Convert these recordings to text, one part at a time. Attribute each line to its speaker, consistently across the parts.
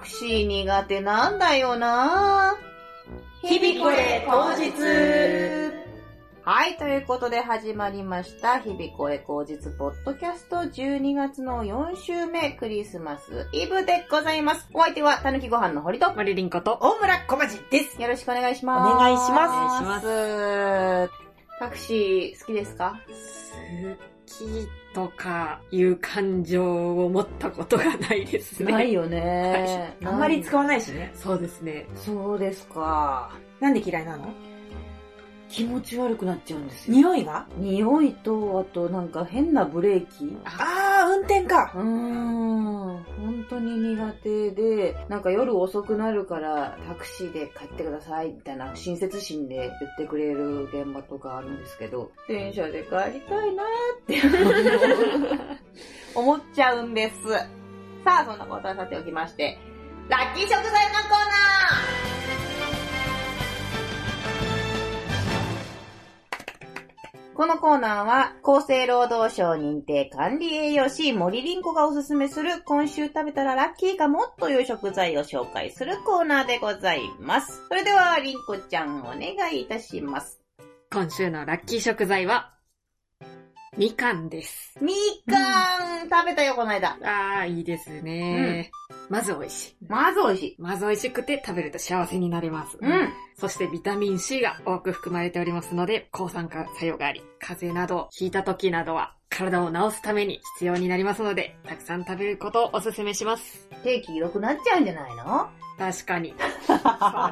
Speaker 1: クシー苦手なんだよな
Speaker 2: 日々これ当日
Speaker 1: はい、ということで始まりました。日々声口実ポッドキャスト12月の4週目クリスマスイブでございます。お相手はたぬきご飯の堀と、
Speaker 2: マリリンコと、
Speaker 3: 大村小町です。
Speaker 1: よろしくお願いします。
Speaker 3: お願いします
Speaker 2: お願い
Speaker 1: ます。
Speaker 2: し
Speaker 1: タクシー好きですか
Speaker 2: 好きとかいう感情を持ったことがないですね。
Speaker 1: ないよね。
Speaker 3: あんまり使わないしね。
Speaker 2: そうですね。
Speaker 1: そうですか。
Speaker 3: なんで嫌いなの
Speaker 1: 気持ち悪くなっちゃうんですよ。
Speaker 3: 匂いが
Speaker 1: 匂いと、あとなんか変なブレーキ。
Speaker 3: ああ、運転か。
Speaker 1: うーん、本当に苦手で、なんか夜遅くなるからタクシーで帰ってくださいみたいな親切心で言ってくれる現場とかあるんですけど、電車で帰りたいな ーって思っちゃうんです。さあ、そんなことはさておきまして、ラッキー食材のコーナーこのコーナーは、厚生労働省認定管理栄養士森林子がおすすめする、今週食べたらラッキーかもという食材を紹介するコーナーでございます。それでは、林子ちゃん、お願いいたします。
Speaker 2: 今週のラッキー食材は、みかんです。
Speaker 1: みかん、食べたよ、この間。
Speaker 2: ああ、いいですね、まず美味しい。
Speaker 1: まず美味しい。
Speaker 2: まず美味しくて食べると幸せになれます。
Speaker 1: うん。
Speaker 2: そしてビタミン C が多く含まれておりますので、抗酸化作用があり、風邪など、ひいた時などは、体を治すために必要になりますので、たくさん食べることをおすすめします。
Speaker 1: 定期良くなっちゃうんじゃないの
Speaker 2: 確 かに。そ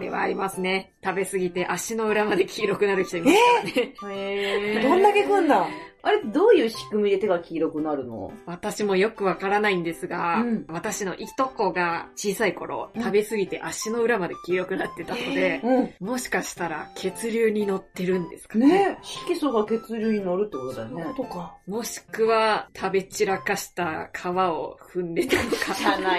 Speaker 2: れはありますね。食べ過ぎて足の裏まで黄色くなる人いますからね。
Speaker 1: へ
Speaker 3: どんだけ食うんだ。
Speaker 1: あれってどういう仕組みで手が黄色くなるの
Speaker 2: 私もよくわからないんですが、
Speaker 1: うん
Speaker 2: 私のいとこが小さい頃、食べ過ぎて足の裏まで黄色くなってたので、
Speaker 1: うん。
Speaker 2: もしかしたら血流に乗ってるんですかね。
Speaker 3: ね
Speaker 1: 色素が血流に乗るってことだよ
Speaker 3: え。
Speaker 1: ね。
Speaker 3: とか。
Speaker 2: もしくは、食べ散らかした皮を踏んでたの か。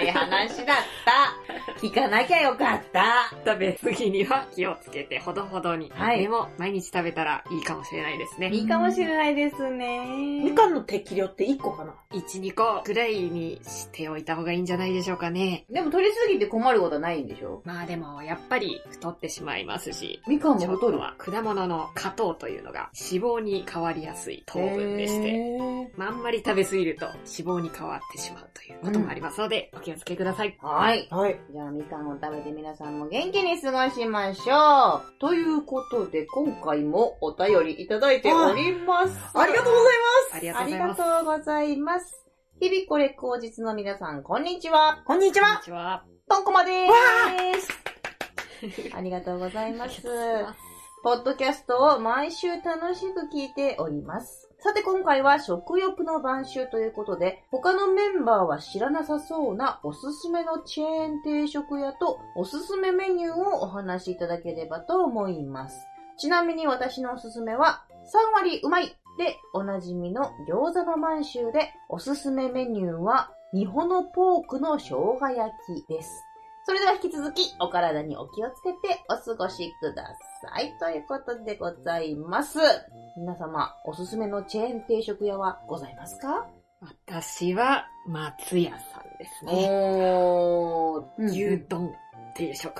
Speaker 1: い話だった。聞かなきゃよかった。
Speaker 2: 食べ過ぎには気をつけてほどほどに。
Speaker 1: はい
Speaker 2: でも、毎日食べたらいいかもしれないですね。
Speaker 1: いいかもしれないですね。
Speaker 3: みかんの適量って1個かな。
Speaker 2: 1、2個くらいにしておいた方がいいんじゃないでしょうかね。
Speaker 1: でも取りすぎて困ることはないんでしょ
Speaker 2: まあでも、やっぱり太ってしまいますし。
Speaker 1: みかんも
Speaker 2: ちょっ
Speaker 1: 太
Speaker 2: と
Speaker 1: る。
Speaker 2: は果物の果糖というのが脂肪に変わりやすい糖分でして、
Speaker 1: へー
Speaker 2: まあ、あんまり食べ過ぎると脂肪に変わってしまうということもありますので、お気をつけください。
Speaker 1: はい。
Speaker 3: はい。
Speaker 1: じゃあみかんを食べて皆さんも元気に過ごしましょう。ということで今回もお便りいただいております。
Speaker 3: ありがとうございます。
Speaker 2: ありがと
Speaker 1: あ
Speaker 2: うござ
Speaker 1: り
Speaker 2: いま
Speaker 1: が
Speaker 2: す。
Speaker 1: とうございます。日々これ口実の皆さん、こんにちは。
Speaker 3: こんにち
Speaker 2: こん
Speaker 3: は
Speaker 2: に。ちは。
Speaker 1: とんこまでーす。 ありがとうご ざいます。ポッドキャストを毎週楽しく聞いております。さて今回は食欲の晩秋ということで、他のメンバーは知らなさそうなおすすめのチェーン定食屋とおすすめメニューをお話しいただければと思います。ちなみに私のおすすめは、3割うまいでおなじみの餃子の満州でおすすめメニューは、日本のポークの生姜焼きです。それでは引き続き、お体にお気をつけてお過ごしください。ということでございます。皆様、おすすめのチェーン定食屋はございますか
Speaker 2: 私は、松屋さんですね。
Speaker 1: おー、
Speaker 2: 牛丼定食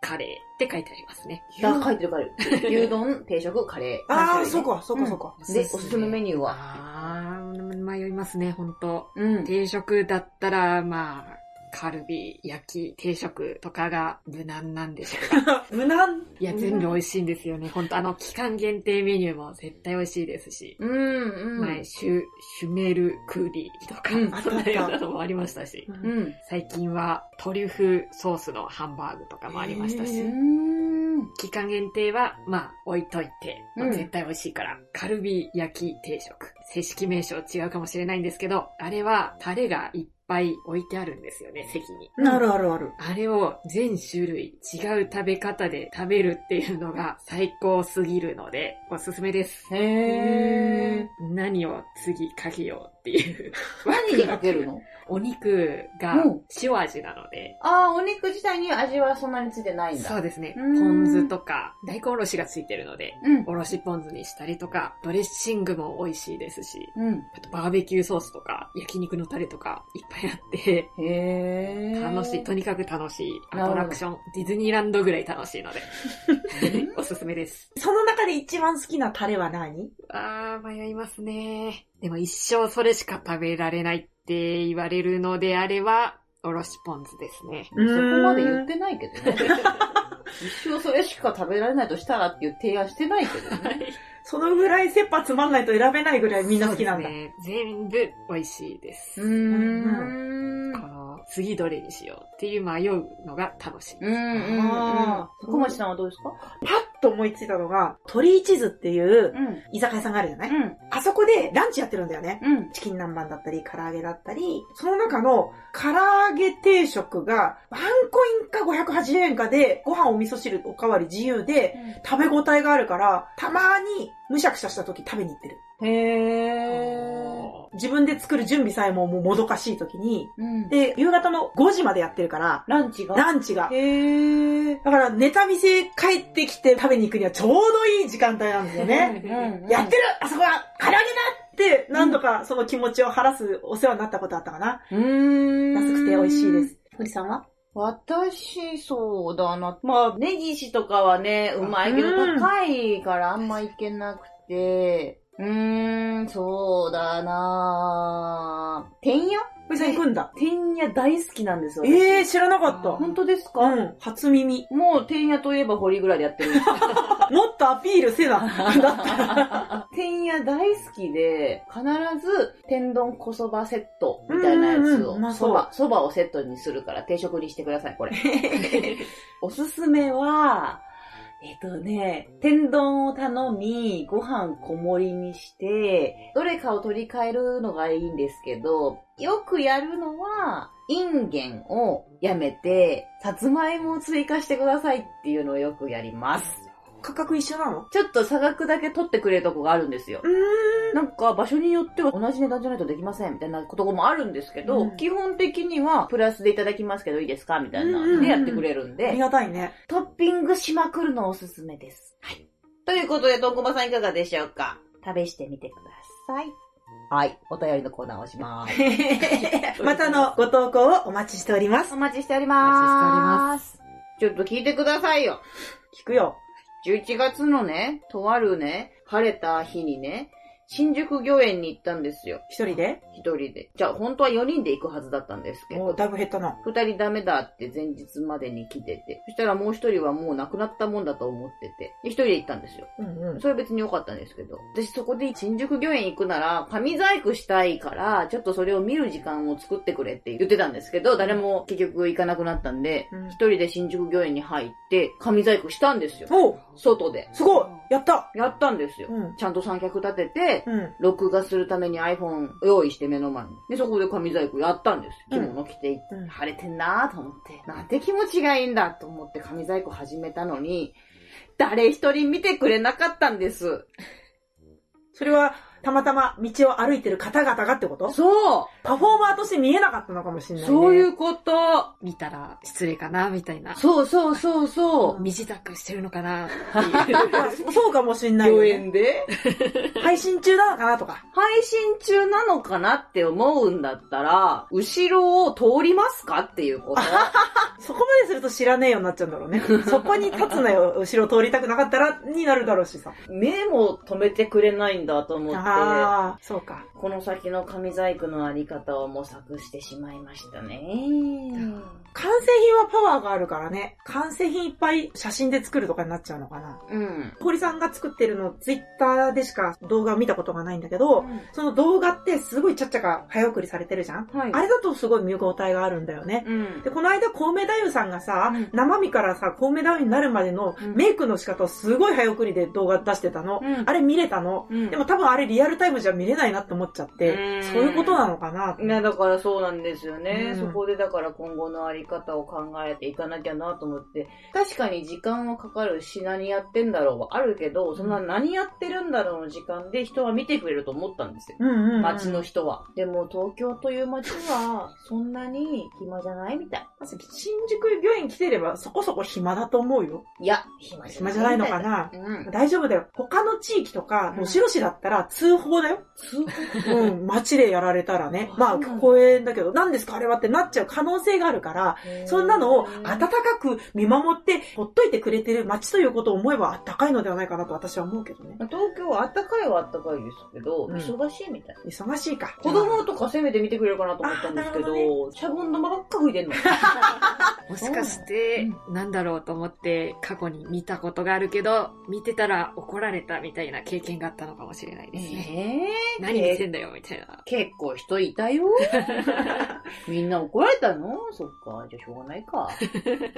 Speaker 2: カレーって書いてありますね。
Speaker 1: あ書いてる書 いてる。牛丼、定食、カレー。
Speaker 3: あ
Speaker 1: 三種類
Speaker 3: あ、
Speaker 1: ね
Speaker 3: そう。か、そうか、そうか。
Speaker 1: で、おすすめメニューは
Speaker 2: あー迷いますね、本当
Speaker 1: うん。
Speaker 2: 定食だったら、まあ、カルビ、焼き、定食とかが無難なんでしょうか。
Speaker 3: 無難。
Speaker 2: いや、全部美味しいんですよね。本当あの、期間限定メニューも絶対美味しいですし。
Speaker 1: うん、う
Speaker 2: 前、
Speaker 1: ん。
Speaker 2: シュ、シュメルクーリーとか、
Speaker 1: うん
Speaker 2: そんなようなのもありましたし。
Speaker 1: うん。
Speaker 2: 最近はトリュフソースのハンバーグとかもありましたし。
Speaker 3: へ
Speaker 1: うん。
Speaker 2: 期間限定は、まあ、置いといて、
Speaker 1: うん
Speaker 2: 絶対美味しいから、カルビ焼き定食。正式名称違うかもしれないんですけど、あれはタレがいっぱい置いてあるんですよね、席に。
Speaker 3: あるあるある。
Speaker 2: あれを全種類違う食べ方で食べるっていうのが最高すぎるので、おすすめです。
Speaker 1: へー。
Speaker 2: 何を次かけようっていう。
Speaker 1: 何にかけるの
Speaker 2: お肉が
Speaker 1: うん
Speaker 2: 塩味なので、
Speaker 1: ああ、お肉自体に味はそんなについてないんだ。
Speaker 2: そうですね。
Speaker 1: う
Speaker 2: ポ
Speaker 1: ーん
Speaker 2: ン酢とか、大根おろしがついてるので、
Speaker 1: うん。
Speaker 2: おろしポン酢にしたりとか、ドレッシングも美味しいですし、
Speaker 1: うん。
Speaker 2: あとバーベキューソースとか、焼肉のタレとか、いっぱいあって、
Speaker 1: へえ。
Speaker 2: 楽しい、とにかく楽しい
Speaker 1: なる
Speaker 2: ア
Speaker 1: ほど
Speaker 2: トラクション、ディズニーランドぐらい楽しいので、
Speaker 1: うん
Speaker 2: おすすめです。
Speaker 3: その中で一番好きなタレは何
Speaker 2: あー、迷いますね。でも一生それしか食べられないって言われるのであれば、おろしポン酢ですね。
Speaker 3: うー
Speaker 1: そ
Speaker 3: ん
Speaker 1: こまで言ってないけどね。一生それしか食べられないとしたらっていう提案してないけどね。
Speaker 3: そのぐらい切羽詰まんないと選べないぐらいみんな好きなんだ。
Speaker 2: そうですね全部美味しいです。
Speaker 1: うーん
Speaker 2: こ。の、次どれにしようっていう迷うのが楽しいです。
Speaker 1: うんうんうん
Speaker 3: あ。ー
Speaker 1: 小町さんはどうですか
Speaker 3: パッと思いついたのが、鳥一図っていう
Speaker 1: うん。
Speaker 3: 居酒屋さんがあるじゃない、
Speaker 1: うん。
Speaker 3: あそこでランチやってるんだよね。
Speaker 1: うん。
Speaker 3: チキン南蛮だったり、唐揚げだったり、その中の唐揚げ定食が、ワンコインか580円かで、ご飯お味噌汁おかわり自由で、食べ応えがあるから、たまにむしゃくしゃした時食べに行ってる。
Speaker 1: へえ。
Speaker 2: お
Speaker 3: 自分で作る準備さえももうもどかしい時に、
Speaker 1: うん。で、
Speaker 3: で、夕方の5時までやってるから、
Speaker 1: ランチが
Speaker 3: ランチが。
Speaker 1: へえ。
Speaker 3: だから、ネタ見せ帰ってきて食べに行くにはちょうどいい時間帯なんですよ ね。
Speaker 1: うん。
Speaker 3: やってるあそこは唐揚げだって、何度かその気持ちを晴らすお世話になったことあったかな。
Speaker 1: うーん。
Speaker 3: 安くて美味しいで。す。堀さんは
Speaker 1: 私、そうだな。まあ、ネギシとかはね、うまいけど
Speaker 3: うん
Speaker 1: 高いからあんまいけなくて。うーん、そうだなてんや
Speaker 3: 堀さん行くんだ。
Speaker 1: てんや大好きなんですよ。
Speaker 3: ええー、知らなかった。
Speaker 1: 本当ですか、
Speaker 3: うん、初耳。
Speaker 1: もう、てんやといえば堀ぐらいでやってるんですよ。
Speaker 3: もっとアピールせ な。だったら。
Speaker 1: てんや大好きで、必ず、天丼小そばセットみたいなやつ
Speaker 3: うんうんう
Speaker 1: を、
Speaker 3: まそう
Speaker 1: そば、そばをセットにするから定食にしてくださ い、これ。おすすめは、えっとね、天丼を頼み、ご飯小盛りにして、どれかを取り替えるのがいいんですけど、よくやるのは、インゲンをやめて、さつまいもを追加してくださいっていうのをよくやります。
Speaker 3: 価格一緒なの
Speaker 1: ちょっと差額だけ取ってくれるとこがあるんですよ。
Speaker 3: うー
Speaker 1: なんか場所によっては同じ値段じゃないとできませんみたいなこともあるんですけど、
Speaker 3: うん
Speaker 1: 基本的にはプラスでいただきますけどいいですかみたいな
Speaker 3: うんうん
Speaker 1: の
Speaker 3: うん
Speaker 1: でやってくれるんで、
Speaker 3: ん。ありがたいね。
Speaker 1: トッピングしまくるのおすすめです。はい。ということで、とんこまさんいかがでしょうか試してみてください。はい。お便りのコーナーをしま す。
Speaker 3: またのご投稿をお待ちしております
Speaker 1: お。待ちしておりま。
Speaker 2: ます
Speaker 1: ちょっと聞いてくださいよ。
Speaker 3: 聞くよ。
Speaker 1: 11月のね、とあるね、晴れた日にね、新宿御苑に行ったんですよ。
Speaker 3: 一人で
Speaker 1: 一人で。じゃあ、本当は4人で行くはずだったんですけ
Speaker 3: もう
Speaker 1: ど。
Speaker 3: だいぶ減ったな。
Speaker 1: 二人ダメだって前日までに来てて。そしたらもう一人はもう亡くなったもんだと思ってて。で一人で行ったんですよ。
Speaker 3: うんうん。
Speaker 1: それは別に良かったんですけど。私そこで新宿御苑行くなら、紙細工したいから、ちょっとそれを見る時間を作ってくれって言ってたんですけど、誰も結局行かなくなったんで、
Speaker 3: うん
Speaker 1: 一人で新宿御苑に入って、紙細工したんですよ。
Speaker 3: おう
Speaker 1: 外で。
Speaker 3: すごいやった
Speaker 1: やったんですよ。
Speaker 3: うん。
Speaker 1: ちゃんと三脚立てて、
Speaker 3: うん。
Speaker 1: 録画するために iPhone 用意して目の前に。で、そこで紙細工やったんですよ。着物着ていって、
Speaker 3: うん
Speaker 1: 晴れてんなーと思って。なんて気持ちがいいんだと思って紙細工始めたのに、誰一人見てくれなかったんです。
Speaker 3: それは、たまたま道を歩いてる方々がってこと
Speaker 1: そ
Speaker 3: パフォーマーとして見えなかったのかもしれ
Speaker 1: う
Speaker 3: ないね。。
Speaker 1: そういううこと
Speaker 2: 見たら失礼かな、みたいな。
Speaker 1: そうそうそうそ
Speaker 2: 身支度してるのかな。
Speaker 3: そうかもしれ
Speaker 1: う。
Speaker 3: ないよ
Speaker 1: 共
Speaker 3: ね。
Speaker 1: 演で
Speaker 3: 配信中なのかなとか。
Speaker 1: 配信中なのかなって思うんだったら、後ろを通りますかっていうこと。
Speaker 3: そこまですると知らねえようになっちゃうんだ ろうね。そこに立つなよ、後ろ通りたくなかったら、になるだろうしさ。
Speaker 1: 目も止めてくれないんだと思って、
Speaker 3: ああ、そうか。
Speaker 1: この先の紙細工のあり方を模索してしまいましたね。
Speaker 3: 完成品はパワーがあるからね。完成品いっぱい写真で作るとかになっちゃうのかな。
Speaker 1: うん。
Speaker 3: 堀さんが作ってるの、ツイッターでしか動画を見たことがないんだけど、その動画ってすごいちゃっちゃか早送りされてるじゃん
Speaker 1: はい
Speaker 3: あれだとすごい見応えがあるんだよね。
Speaker 1: うん
Speaker 3: で、この間、コウメ太夫さんがさ、
Speaker 1: うん
Speaker 3: 生身からさ、コウメ太夫になるまでの
Speaker 1: うん
Speaker 3: メイクの仕方をすごい早送りで動画出してたの。
Speaker 1: うん
Speaker 3: あれ見れたの。
Speaker 1: うん
Speaker 3: でも多分あれリアルタイムじゃ見れないなって思っちゃって、
Speaker 1: うん
Speaker 3: そういうことなのかなって。
Speaker 1: ね、だからそうなんですよね。
Speaker 3: うん
Speaker 1: そこでだから今後のあり方を考えていかなきゃなと思って、確かに時間はかかるし、何やってんだろうはあるけど、そんな何やってるんだろうの時間で人は見てくれると思ったんですよ。
Speaker 3: うんうんうん
Speaker 1: 街の人は。でも東京という街は、そんなに暇じゃないみたい。
Speaker 3: 新宿病院来てればそこそこ暇だと思うよ。
Speaker 1: いや、暇じゃな
Speaker 3: 暇
Speaker 1: い。
Speaker 3: じゃないのかな
Speaker 1: うん。
Speaker 3: 大丈夫だよ。他の地域とか、能代市だったら通報だよ。
Speaker 1: 通報
Speaker 3: うん、街でやられたらね。まあ、公園だけど、何ですかあれはってなっちゃう可能性があるから、そんなのを温かく見守って、ほっといてくれてる街ということを思えばあったかいのではないかなと私は思うけどね。
Speaker 1: 東京はあったかいはあったかいですけど、
Speaker 3: うん
Speaker 1: 忙しいみたい。
Speaker 3: 忙しいか。
Speaker 1: 子供とかせめて見てくれるかなと思ったんですけ
Speaker 3: あー
Speaker 1: ど、
Speaker 3: なる
Speaker 1: シャボン玉ばっか吹いてんの。
Speaker 2: もしかして、なんだろうと思って、過去に見たことがあるけど、見てたら怒られたみたいな経験があったのかもしれないですね。
Speaker 1: ええ
Speaker 2: 何見てんだよ、みたいな。
Speaker 1: 結構人いた よ。みんな怒られたのそっか、じゃあしょうがないか。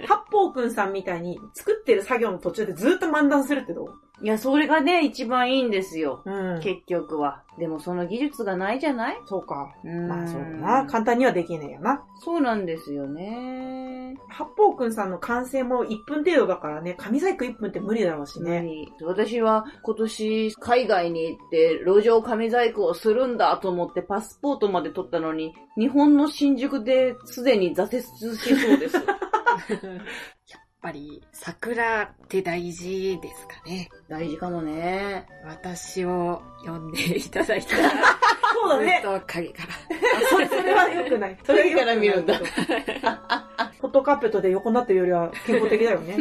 Speaker 3: 八方くんさんみたいに、作ってる作業の途中でずっと漫談するってどう
Speaker 1: いや、それがね、一番いいんですよ。
Speaker 3: うん。
Speaker 1: 結局は。でもその技術がないじゃない
Speaker 3: そうか。
Speaker 1: うん
Speaker 3: まあそうだな。簡単にはできねえよな。
Speaker 1: そうなんですよね。
Speaker 3: 八方くんさんの完成も1分程度だからね、紙細工1分って無理だろうしね。
Speaker 1: 私は今年海外に行って路上紙細工をするんだと思ってパスポートまで取ったのに、日本の新宿ですでに挫折しそうです。
Speaker 2: やっぱり、桜って大事ですかね。
Speaker 1: 大事かもね。
Speaker 2: 私を呼んでいただいたら、
Speaker 3: そうだね
Speaker 2: ず。っと影から。
Speaker 3: それそれは 良くない。それは良くな
Speaker 1: 次か
Speaker 3: い
Speaker 1: ら見るんだ。
Speaker 3: フォトカーペットで横になってるよりは健康的だよね。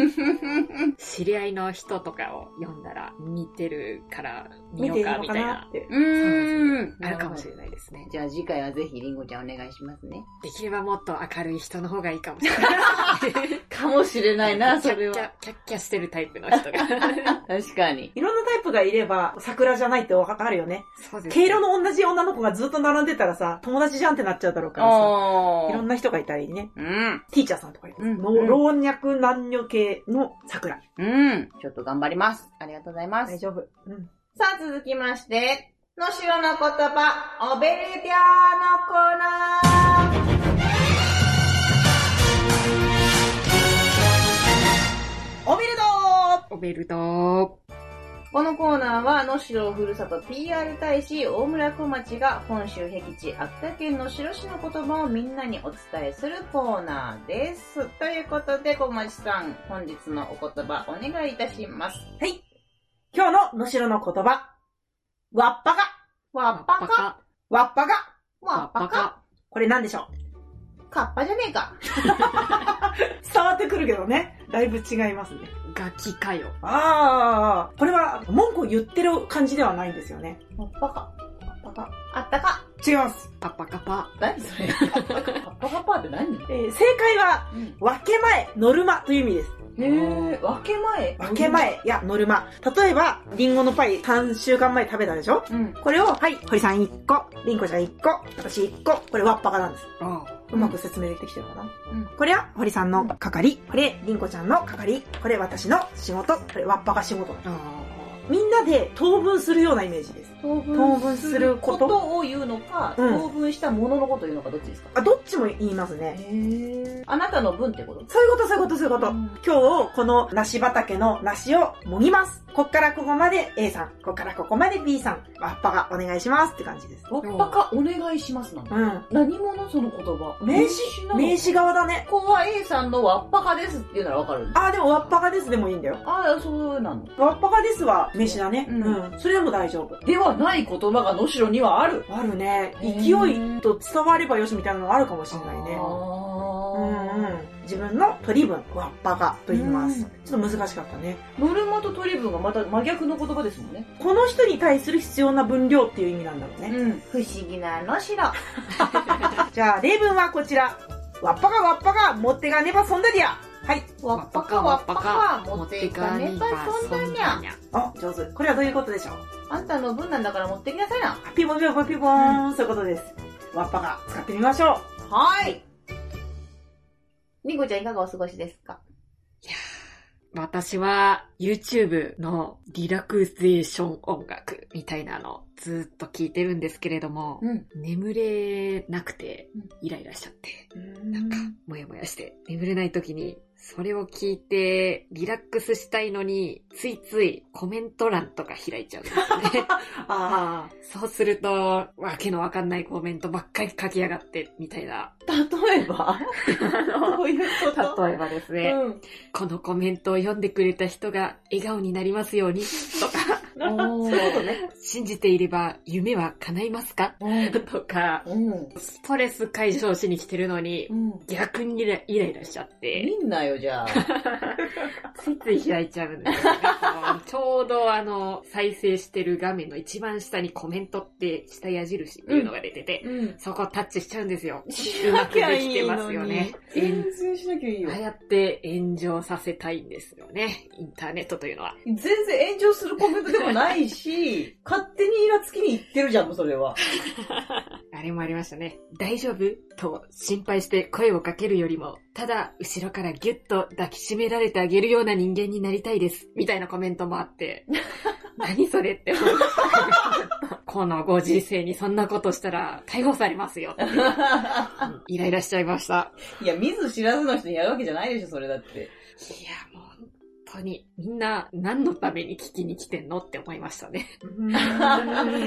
Speaker 2: 知り合いの人とかを呼んだら、見てるから見
Speaker 3: 見
Speaker 2: よ
Speaker 3: ていうい
Speaker 2: か、
Speaker 3: の
Speaker 2: み
Speaker 3: か
Speaker 2: たい
Speaker 3: な
Speaker 2: な
Speaker 3: っ。て。
Speaker 1: うーん。
Speaker 2: あるかもし
Speaker 1: ない。
Speaker 2: れないですね。
Speaker 1: じゃあ次回はぜひりんごちゃんお願いしますね。
Speaker 2: できればもっと明るい人の方がいいかもしれない。
Speaker 1: かもしれないな、それ
Speaker 2: キャッ
Speaker 1: は。
Speaker 2: キャ、キャッキャしてるタイプの人が。
Speaker 1: 確かに。
Speaker 3: いろんなタイプがいれば、桜じゃないってわかるよね。
Speaker 2: そうですね
Speaker 3: 毛色の同じ女の子がずっと並んでたらさ、友達じゃんってなっちゃうだろうからさ。
Speaker 1: あ
Speaker 3: いろんな人がいたらいいね。
Speaker 1: うん。
Speaker 3: ティーチャーさんとかいて、
Speaker 1: うん
Speaker 3: の
Speaker 1: うん
Speaker 3: 老若男女系の桜。
Speaker 1: うん。ちょっと頑張ります。ありがとうございま
Speaker 3: 大
Speaker 1: す。
Speaker 3: 丈夫。うん。
Speaker 1: さあ続きまして、のしろの言葉、オベルティアのコーナー。
Speaker 3: おめでと
Speaker 2: おめでと
Speaker 1: このコーナーは、能代ふるさと PR 大使大村小町が本州僻地秋田県能代市の言葉をみんなにお伝えするコーナーです。ということで、小町さん、本日のお言葉お願いいたします。
Speaker 3: うはい。今日ののしろの言葉。わっぱが
Speaker 2: う。
Speaker 1: わっぱか、
Speaker 3: わっぱが
Speaker 1: わっぱか、
Speaker 2: カ。
Speaker 3: これなんでしょう
Speaker 1: かっぱじゃねえか。
Speaker 3: 伝わってくるけどね。だいぶ違いますね。
Speaker 2: ガキかよ。
Speaker 3: ああ、これは文句を言ってる感じではないんですよね。
Speaker 1: わっぱか、わっぱか、あったか。
Speaker 3: 違います。
Speaker 2: パッパカパ。
Speaker 1: 何それかっぱか、かっぱかぱって何
Speaker 3: えー正解は、
Speaker 1: うん。
Speaker 3: 分け前、ノルマという意味です。
Speaker 1: へえ、分け前。
Speaker 3: 分け。前やノルマ。例えば、リンゴのパイ3週間前に食べたでしょ
Speaker 1: うん。
Speaker 3: これを、はい、堀さん1個、リンコちゃん1個、私1個、これわっぱかなんです。
Speaker 2: おう
Speaker 3: うまく説明できてきてるかな、
Speaker 1: うん
Speaker 3: これは堀さんの係、これリンコちゃんの係、これ私の仕事、これわっぱか仕事。
Speaker 2: おう
Speaker 3: みんなで当分するようなイメージです。
Speaker 1: 当
Speaker 3: 当分すること
Speaker 1: を言うのか、
Speaker 3: うん
Speaker 1: 当分したもののことを言うのか、どっちですか
Speaker 3: あ、どっちも言いますね。
Speaker 1: へあなたの分ってこと
Speaker 3: そういうこと、そういうこと、そういうこと。
Speaker 1: うん
Speaker 3: 今日、この梨畑の梨をもぎます。こっからここまで A さん、こっからここまで B さん、わっぱがお願いしますって感じです。
Speaker 1: わっぱかお願いしますなの。
Speaker 3: うん。
Speaker 1: 何者その言葉。
Speaker 3: 名
Speaker 1: 詞
Speaker 3: 名詞側だね。
Speaker 1: ここは A さんのわっぱかですっていうならわかるんです。
Speaker 3: あー、でもわっぱがですでもいいんだよ。
Speaker 1: ああ、そうなの。
Speaker 3: わっぱがですは名詞だね。
Speaker 1: うん
Speaker 3: うん。それでも大丈夫。
Speaker 1: ではない言葉が能代にはある。
Speaker 3: あるね。
Speaker 1: へー
Speaker 3: 勢いと伝わればよしみたいなのがあるかもしれないね
Speaker 2: あ。
Speaker 3: う
Speaker 1: あ
Speaker 3: んうん。自分の取り分、わっぱがと言います。
Speaker 1: うん
Speaker 3: ちょっと難しかったね。
Speaker 1: ノルマとトリブンがまた真逆の言葉ですもんね。
Speaker 3: この人に対する必要な分量っていう意味なんだろうね。
Speaker 1: ん。不思議なのしろ。
Speaker 3: じゃあ、例文はこちら。わっぱがわっぱが持ってがねばそんだりゃ。はい。
Speaker 1: わっぱかわっぱか持っていかねばそんなにゃ。
Speaker 2: にゃ。
Speaker 3: あ、上手。これはどういうことでしょう
Speaker 1: あんたの分なんだから持ってきなさいな。
Speaker 3: あピボンピボンピボン、そういうことです。わっぱが使ってみましょ
Speaker 1: はい。りんごちゃんいかがお過ごしですか
Speaker 2: 私は YouTube のリラクゼーション音楽みたいなのずっと聞いてるんですけれども、
Speaker 3: うん。
Speaker 2: 眠れなくて
Speaker 3: うん
Speaker 2: イライラしちゃって、なんかモヤモヤして眠れない時にそれを聞いてリラックスしたいのについついコメント欄とか開いちゃうんですよ ね。
Speaker 3: ああ。
Speaker 2: そうすると、わけのわかんないコメントばっかり書きやがって、みたい な。
Speaker 3: 例え ば
Speaker 2: あの
Speaker 3: どういうこと
Speaker 2: 例えばですね、
Speaker 3: うん。
Speaker 2: このコメントを読んでくれた人が笑顔になりますように、とか、
Speaker 1: おー
Speaker 3: そういうことね。
Speaker 2: 信じていれば夢は叶いますかとか、
Speaker 3: うん。
Speaker 2: ストレス解消しに来てるのに、
Speaker 3: うん。
Speaker 2: 逆にイライライラしちゃって、
Speaker 1: 見んなよ、じ ゃあ。
Speaker 2: ついつい開いちゃうんですよね。 こうちょうどあの、再生してる画面の一番下にコメントって、下矢印っていうのが出てて、
Speaker 3: うん。
Speaker 2: そこタッチしちゃうんですよ。
Speaker 3: し
Speaker 2: うまくできてますよね。
Speaker 3: 全然しなきゃいいよ
Speaker 2: あ。あやって炎上させたいんですよね。インターネットというのは。
Speaker 3: 全然炎上するコメントでもないし、勝手にイラつきに言ってるじゃん、もうそれは。
Speaker 2: あれもありましたね。大丈夫と心配して声をかけるよりも、ただ後ろからギュッと抱きしめられてあげるような人間になりたいです。みたいなコメントもあ って。何それって思う。 このご時世にそんなことしたら逮捕されます よ。うんイライラしちゃいました。
Speaker 1: いや、見ず知らずの人にやるわけじゃないでしょ、それだって。
Speaker 2: いや、もう本当にみんな何のために聞きに来てんのって思いましたね。
Speaker 1: い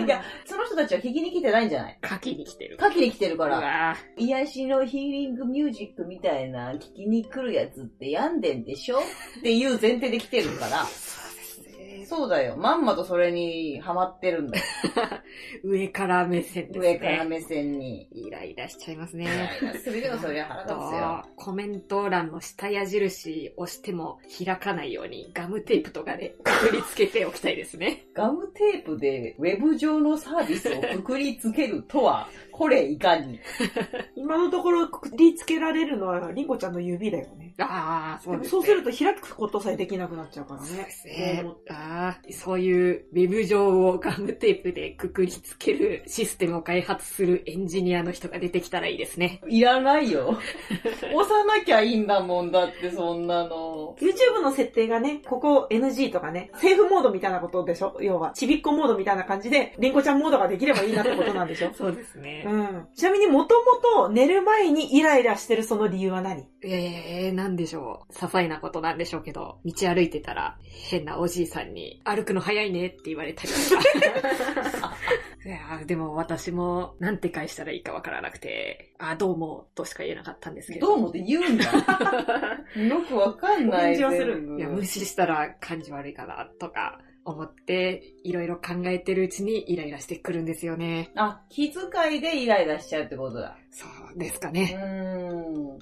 Speaker 1: や、その人たちは聞きに来てないんじゃない
Speaker 2: 書きに来てる。
Speaker 1: 書きに来てるか
Speaker 2: う
Speaker 1: ら。
Speaker 2: わ
Speaker 1: 癒しのヒーリングミュージックみたいな聞きに来るやつって病んでんでしょっていう前提で来てるから。そうだよ。まんまとそれにハマってるんだよ。
Speaker 2: 上から目線ですね。
Speaker 1: 上から目線 に。
Speaker 2: イライラしちゃいます
Speaker 1: いや
Speaker 2: ね。
Speaker 1: いやするよ、そりゃ腹立つよ。
Speaker 2: コメント欄の下矢印押しても開かないようにガムテープとかでくくりつけておきたいですね。
Speaker 1: ガムテープでウェブ上のサービスをくくりつけるとは、これいかに。
Speaker 3: 今のところ、くくりつけられるのは、りんごちゃんの指だよね。
Speaker 2: ああ、
Speaker 3: で
Speaker 2: そう
Speaker 3: も
Speaker 2: です、ね。
Speaker 3: そうすると開くことさえできなくなっちゃうから
Speaker 2: そうで
Speaker 3: ね。
Speaker 2: すね。ああ、そういうウェブ上をガムテープでくくりつけるシステムを開発するエンジニアの人が出てきたらいいですね。
Speaker 1: いらないよ。押さなきゃいいんだもんだって、そんなの。
Speaker 3: YouTube の設定がね、ここ NG とかね、セーフモードみたいなことでしょ要は、ちびっこモードみたいな感じで、りんごちゃんモードができればいいなってことなんでしょ
Speaker 2: そうですね
Speaker 3: うん。ちなみにもともと寝る前にイライラしてるその理由は何
Speaker 2: ええー、なんでしょう。些細なことなんでしょうけど、道歩いてたら、変なおじいさんに、歩くの早いねって言われたり とか。いやーでも私も、なんて返したらいいかわからなくて、あ、どうも、としか言えなかったんですけど。
Speaker 1: どうもって言うん だ。よくわかんない。
Speaker 3: 返事はする
Speaker 1: 全部
Speaker 2: いや、無視したら感じ悪いかな、とか、思って、いろいろ考えてるうちにイライラしてくるんですよね。
Speaker 1: あ、気遣いでイライラしちゃうってことだ。
Speaker 2: そうですか
Speaker 1: う
Speaker 2: ね。
Speaker 1: ーん。
Speaker 2: もう、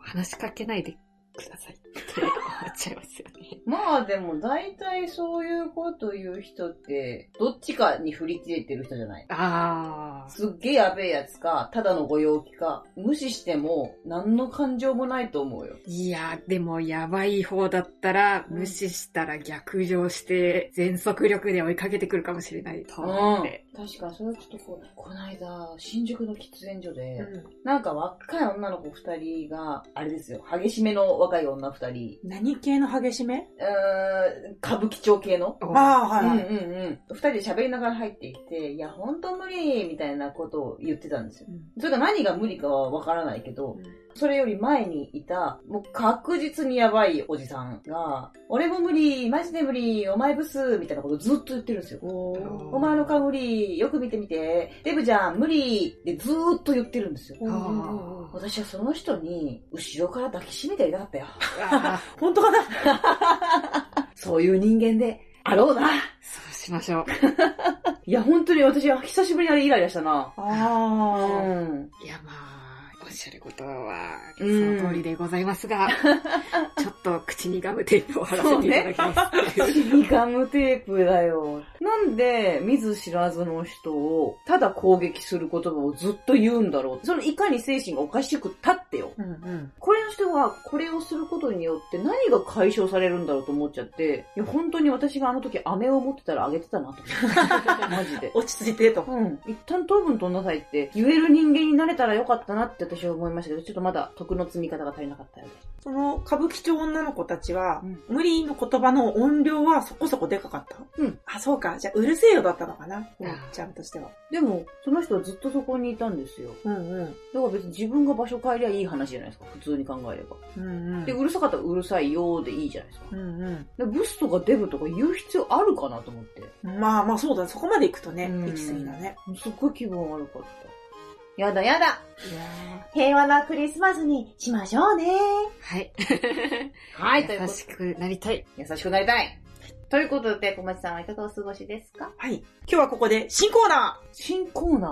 Speaker 2: 話しかけないでくださいって思っちゃいますよね。
Speaker 1: まあでも大体そういうこと言う人って、どっちかに振り切れてる人じゃない
Speaker 2: あー。
Speaker 1: すっげえやべえやつか、ただのご陽気か、無視しても何の感情もないと思うよ。
Speaker 2: いや、でもやばい方だったら、
Speaker 3: うん
Speaker 2: 無視したら逆上して、全速力で追いかけてくるかもしれないと思って。
Speaker 1: 確かにそれはちょっとこう、こないだ、新宿の喫煙所で、
Speaker 3: うん。
Speaker 1: なんか若い女の子二人が、あれですよ、激しめの若い女二人、
Speaker 3: 何系の激しめ
Speaker 1: うーん、歌舞伎町系の
Speaker 2: お
Speaker 3: ああ、は
Speaker 1: うん
Speaker 3: い
Speaker 1: う
Speaker 3: は
Speaker 1: ん
Speaker 3: い。
Speaker 1: うん。二人で喋りながら入ってきて、いや、ほんと無理みたいなことを言ってたんですよ。それが何が無理かはわからないけど、それより前にいた、もう確実にやばいおじさんが、俺も無理マジで無理お前ブスみたいなことずっと言ってるんですよ。
Speaker 3: お
Speaker 2: ー
Speaker 1: お前の顔無理よく見てみてデブじゃん無理でずーっと言ってるんですよ。
Speaker 2: あー
Speaker 1: 私はその人に、後ろから抱きしめてやりたかったよ。
Speaker 2: あー
Speaker 3: 本当かな
Speaker 1: そういう人間で、あろうな。
Speaker 2: そうしましょう。
Speaker 1: いや、本当に私は久しぶりにあれイライラしたな。う
Speaker 3: ああ。
Speaker 1: ん。
Speaker 2: いや、まあ、おっしゃることは、そ
Speaker 1: うん
Speaker 2: の通りでございます が、ちょっと口にガムテープを貼らせていただきます。
Speaker 1: チビガムテープだよ。なんで、見ず知らずの人を、ただ攻撃する言葉をずっと言うんだろう。そのいかに精神がおかしくたってよ。
Speaker 3: うんうん。
Speaker 1: これの人は、これをすることによって何が解消されるんだろうと思っちゃって、いや、本当に私があの時飴を持ってたらあげてたなと思って。マジで。
Speaker 3: 落ち着いてと。
Speaker 1: うん。一旦糖分取んなさいって言える人間になれたらよかったなって私私は思いましたけど、ちょっとまだ徳の積み方が足りなかったよね。
Speaker 3: その歌舞伎町女の子たちは、
Speaker 1: うん
Speaker 3: 無理の言葉の音量はそこそこでかかった。
Speaker 1: うん。
Speaker 3: あ、そうか。じゃあ、うるせえよだったのかな。
Speaker 2: う
Speaker 3: うんん、ちゃんとしては。
Speaker 1: でも、その人はずっとそこにいたんですよ。
Speaker 3: うんうん。
Speaker 1: だから別に自分が場所変えりゃいい話じゃないですか、普通に考えれば。
Speaker 3: うんうん。
Speaker 1: で、うるさかったらうるさいよーでいいじゃないですか。
Speaker 3: うんうん。
Speaker 1: でブスとかデブとか言う必要あるかなと思って。
Speaker 3: まあまあそうだね。そこまで行くとね、
Speaker 1: うん
Speaker 3: 行き過ぎだね。
Speaker 1: すっごい気分悪かった。やだやだ
Speaker 3: いや
Speaker 1: 平和なクリスマスにしましょうね
Speaker 2: はい。
Speaker 1: はい、というこ
Speaker 2: 優
Speaker 1: と
Speaker 2: しくなりたい。
Speaker 1: 優しくなりたいということで、小町さんはいかがお過ごしですか
Speaker 3: はい。今日はここで新コーナ
Speaker 1: 新コーナー。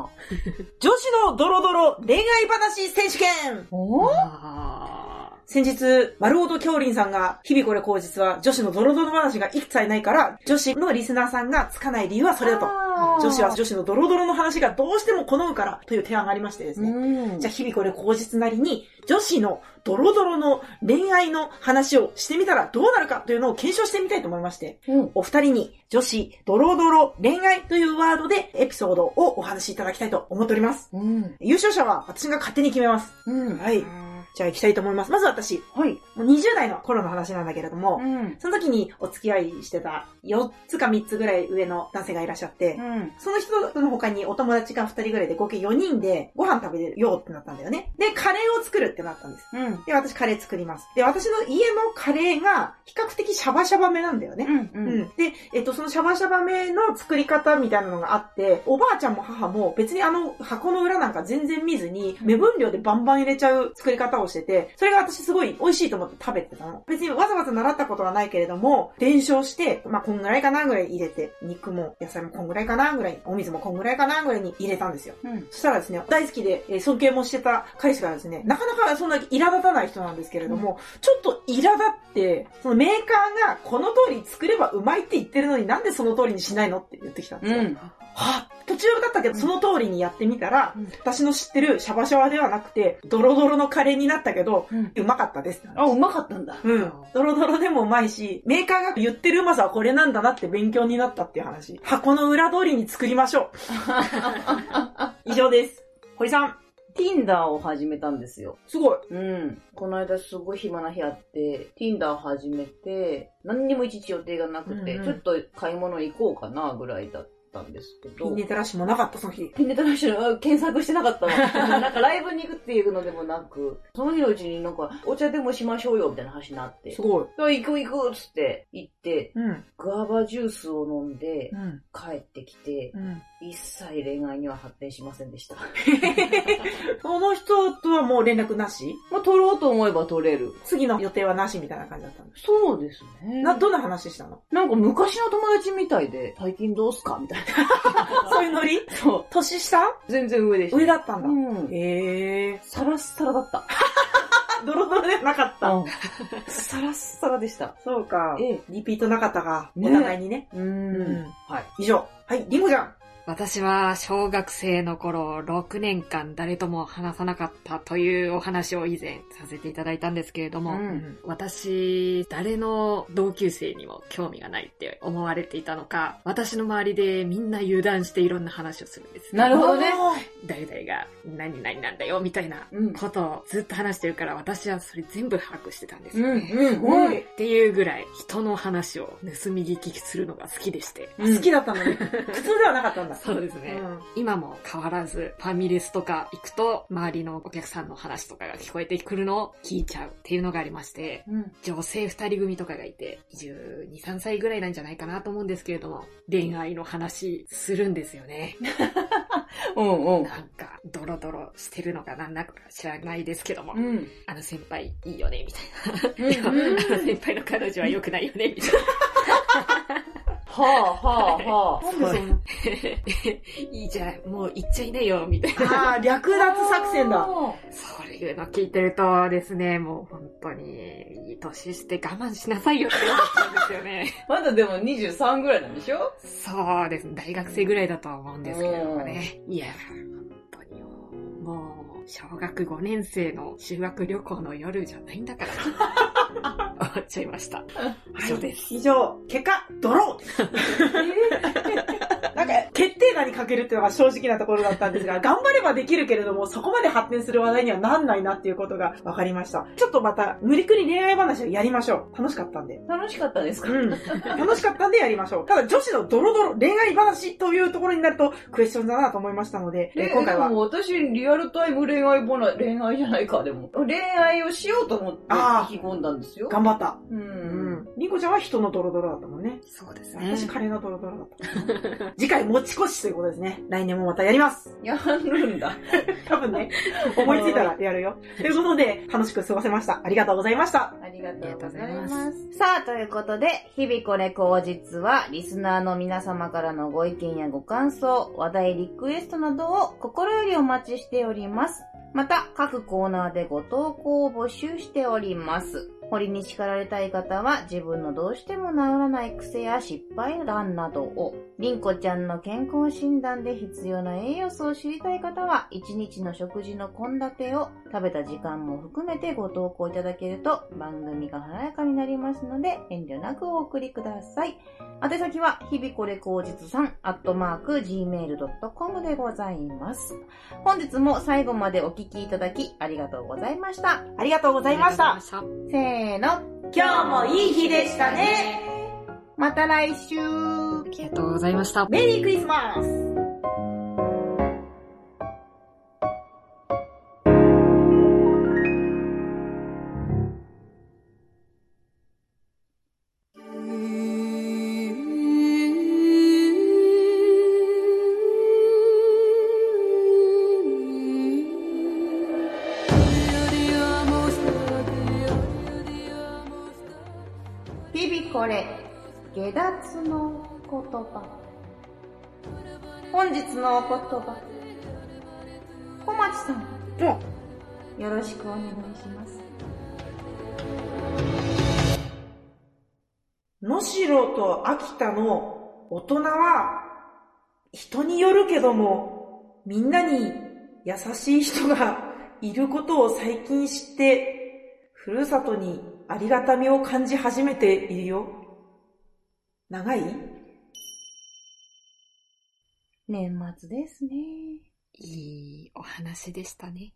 Speaker 3: ー女子のドロドロ恋愛話選手権
Speaker 1: おー
Speaker 2: あ
Speaker 3: 先日、丸尾と京林さんが、日々これ口実は女子のドロドロ話が一切ないから、女子のリスナーさんがつかない理由はそれだと。
Speaker 1: と
Speaker 3: 女子は女子のドロドロの話がどうしても好むからという提案がありましてですね。
Speaker 1: うん。
Speaker 3: じゃあ日々これ口実なりに、女子のドロドロの恋愛の話をしてみたらどうなるかというのを検証してみたいと思いまして、
Speaker 1: うん
Speaker 3: お二人に女子ドロドロ恋愛というワードでエピソードをお話しいただきたいと思っております。
Speaker 1: うん。
Speaker 3: 優勝者は私が勝手に決めます。
Speaker 1: うん。
Speaker 3: は
Speaker 2: ー
Speaker 3: い。じゃあ行きたいと思います。まず私、
Speaker 1: はい。
Speaker 3: もう20代の頃の話なんだけれども、
Speaker 1: ん。
Speaker 3: その時にお付き合いしてた4つか3つぐらい上の男性がいらっしゃって、
Speaker 1: うん。
Speaker 3: その人との他にお友達が2人ぐらいで合計4人でご飯食べようってなったんだよね。で、カレーを作るってなったんです。
Speaker 1: うん。
Speaker 3: で、私カレー作ります。で、私の家のカレーが比較的シャバシャバめなんだよね。
Speaker 1: ん。
Speaker 3: う
Speaker 1: うん。
Speaker 3: ん。で、えっと、そのシャバシャバめの作り方みたいなのがあって、おばあちゃんも母も別にあの箱の裏なんか全然見ずに、
Speaker 1: うん
Speaker 3: 目分量でバンバン入れちゃう作り方をしてて、それが私すごい美味しいと思って食べてたの。別にわざわざ習ったことはないけれども、伝承して、まあ、こんぐらいかなぐらい入れて、肉も野菜もこんぐらいかなぐらい、お水もこんぐらいかなぐらいに入れたんですよ。
Speaker 1: うん。
Speaker 3: そしたらですね、大好きで、えー尊敬もしてた彼氏がですね、なかなかそんな苛立たない人なんですけれども、ちょっと苛立って、そのメーカーがこの通り作ればうまいって言ってるのになんでその通りにしないのって言ってきたんですよ。
Speaker 1: うん。
Speaker 3: はぁ途中だったけど、その通りにやってみたら、
Speaker 1: うん
Speaker 3: 私の知ってるシャバシャバではなくて、ドロドロのカレーになったけど、
Speaker 1: うん。
Speaker 3: うまかったです。
Speaker 1: あ、うまかったんだ。
Speaker 3: うん。ドロドロでもうまいし、メーカーが言ってるうまさはこれなんだなって勉強になったっていう話。箱の裏通りに作りましょ う。以上です。堀さん。
Speaker 1: Tinder を始めたんですよ。
Speaker 3: すごい。
Speaker 1: うん。この間すごい暇な日あって、Tinder を始めて、何にもいちいち予定がなくて、
Speaker 3: うんうん
Speaker 1: ちょっと買い物行こうかなぐらいだったんですけ
Speaker 3: ピ
Speaker 1: ど。
Speaker 3: ンネタラッシュもなかった、その日。
Speaker 1: ピンネタの人の検索してなかったわ。 なんかライブに行くっていうのでもなく、その日のうちになんかお茶でもしましょうよみたいな話になって。
Speaker 3: すごい。
Speaker 1: あ行く行くっつって行って、
Speaker 3: うん。
Speaker 1: ガーバジュースを飲んで
Speaker 3: うん。
Speaker 1: 帰ってきて、
Speaker 3: うん。
Speaker 1: 一切恋愛には発展しませんでした。
Speaker 3: その人とはもう連絡なし
Speaker 1: まあ、取ろうと思えば取れる。
Speaker 3: 次の予定はなしみたいな感じだったの。
Speaker 1: そうですね。
Speaker 3: な、どんな話したの
Speaker 1: なんか昔の友達みたいで、最近どうすかみたい
Speaker 3: そういうノリ
Speaker 1: な。そ
Speaker 3: 年下
Speaker 1: う。 全然上でした。
Speaker 3: 上だったんだ
Speaker 1: う。ん。
Speaker 3: へえ。
Speaker 1: サラッサラだった。
Speaker 3: あ、ドロドロではなかった。
Speaker 1: うん。 サラッサラでした。
Speaker 3: そうか
Speaker 1: ええ。
Speaker 3: リピートなかったが、お
Speaker 1: ね
Speaker 3: 互いにね。
Speaker 1: う。
Speaker 3: うんん。
Speaker 1: はい。
Speaker 3: 以上。はい、リンゴちゃん。
Speaker 2: 私は小学生の頃6年間誰とも話さなかったというお話を以前させていただいたんですけれども、
Speaker 1: うん
Speaker 2: 私、誰の同級生にも興味がないって思われていたのか、私の周りでみんな油断していろんな話をするんですね。
Speaker 1: なるほどね
Speaker 3: あー。
Speaker 2: 誰々が何々なんだよみたいな
Speaker 1: うん。
Speaker 2: ことをずっと話してるから、私はそれ全部把握してたんですよね。
Speaker 1: うん。
Speaker 3: ご
Speaker 1: う
Speaker 3: い
Speaker 1: ん。
Speaker 2: っていうぐらい人の話を盗み聞きするのが好きでして。
Speaker 1: うん
Speaker 3: 好きだったのに。普通ではなかったんだ。
Speaker 2: そうですね。今も変わらずファミレスとか行くと周りのお客さんの話とかが聞こえてくるのを聞いちゃうっていうのがありまして、
Speaker 1: うん。
Speaker 2: 女性二人組とかがいて、12、3歳ぐらいなんじゃないかなと思うんですけれども、恋愛の話するんですよね。
Speaker 1: うん。
Speaker 2: なんか、ドロドロしてるのかなんだか知らないですけども、
Speaker 1: うん。
Speaker 2: あの先輩いいよね、みたいな。
Speaker 1: うん
Speaker 2: あ
Speaker 1: うん
Speaker 2: の先輩の彼女は良くないよね、みたいな。
Speaker 1: はあはあは
Speaker 3: うん。なんでそんな。
Speaker 2: いいじゃん、もう行っちゃいなよ、みたいな。
Speaker 3: あー、略奪作戦だ。。
Speaker 2: そういうの聞いてるとですね、もう本当に、いい年して我慢しなさいよって思っちゃうんですよね。
Speaker 1: まだでも23ぐらいなんでしょ
Speaker 2: そうですね、大学生ぐらいだとは思うんですけれどもね。いや、本当によもう、小学5年生の修学旅行の夜じゃないんだ から。終わっちゃいました。以上です。
Speaker 3: 以上、結果、ドローなんか、決定打にかけるっていうのが正直なところだったんですが、頑張ればできるけれども、そこまで発展する話題にはなんないなっていうことが分かりました。ちょっとまた、無理くり恋愛話をやりましょう。楽しかったんで。
Speaker 4: 楽しかったですか
Speaker 3: うん。楽しかったんでやりましょう。ただ、女子のドロドロ恋愛話というところになると、クエスチョンだなと思いましたので、えー今回
Speaker 4: で
Speaker 3: は。
Speaker 4: も私、リアルタイム恋愛ボナ、恋愛じゃないか、でも。恋愛をしようと思って
Speaker 3: あー
Speaker 4: 意気込んだんですよ。
Speaker 3: 頑張った。
Speaker 4: う。
Speaker 3: うんん。りんこちゃんは人のドロドロだったもんね。
Speaker 2: そうですね。
Speaker 3: 私、彼のドロドロだった。 次回持ち越しということですね。来年もまたやります。
Speaker 4: やるんだ。
Speaker 3: 多分ね、思いついたらや るよ。ということで、楽しく過ごせました。ありがとうございました。
Speaker 4: ありが
Speaker 2: と
Speaker 4: と
Speaker 2: う
Speaker 4: う
Speaker 2: ご
Speaker 4: ご
Speaker 2: ざ
Speaker 4: ざ
Speaker 2: い
Speaker 4: い
Speaker 2: ま
Speaker 4: ますす。さあ、ということで、日々これ口実は、リスナーの皆様からのご意見やご感想、話題リクエストなどを心よりお待ちしております。また、各コーナーでご投稿を募集しております。堀に叱られたい方は、自分のどうしても治らない癖や失敗談などを、りんこちゃんの健康診断で必要な栄養素を知りたい方は、一日の食事の献立を食べた時間も含めてご投稿いただけると、番組が華やかになりますので、遠慮なくお送りください。宛先は、日々これ口実さん、アットマーク、gmail.com でございます。本日も最後までお聞きいただき、ありがとうございました。
Speaker 3: ありがとうございました。
Speaker 2: した。
Speaker 4: せーの、
Speaker 3: 今日もいい日でしたね。
Speaker 4: また来週
Speaker 2: ありがとうございました。
Speaker 3: メリークリスマス
Speaker 4: 日々これ下脱の言葉本日のお言葉小町さん
Speaker 3: もう
Speaker 4: よろしくお願いします
Speaker 3: 能代と秋田の大人は、人によるけども、みんなに優しい人がいることを最近知って、ふるさとにありがたみを感じ始めているよ。長い
Speaker 4: 年末ですね
Speaker 2: いいお話でしたね。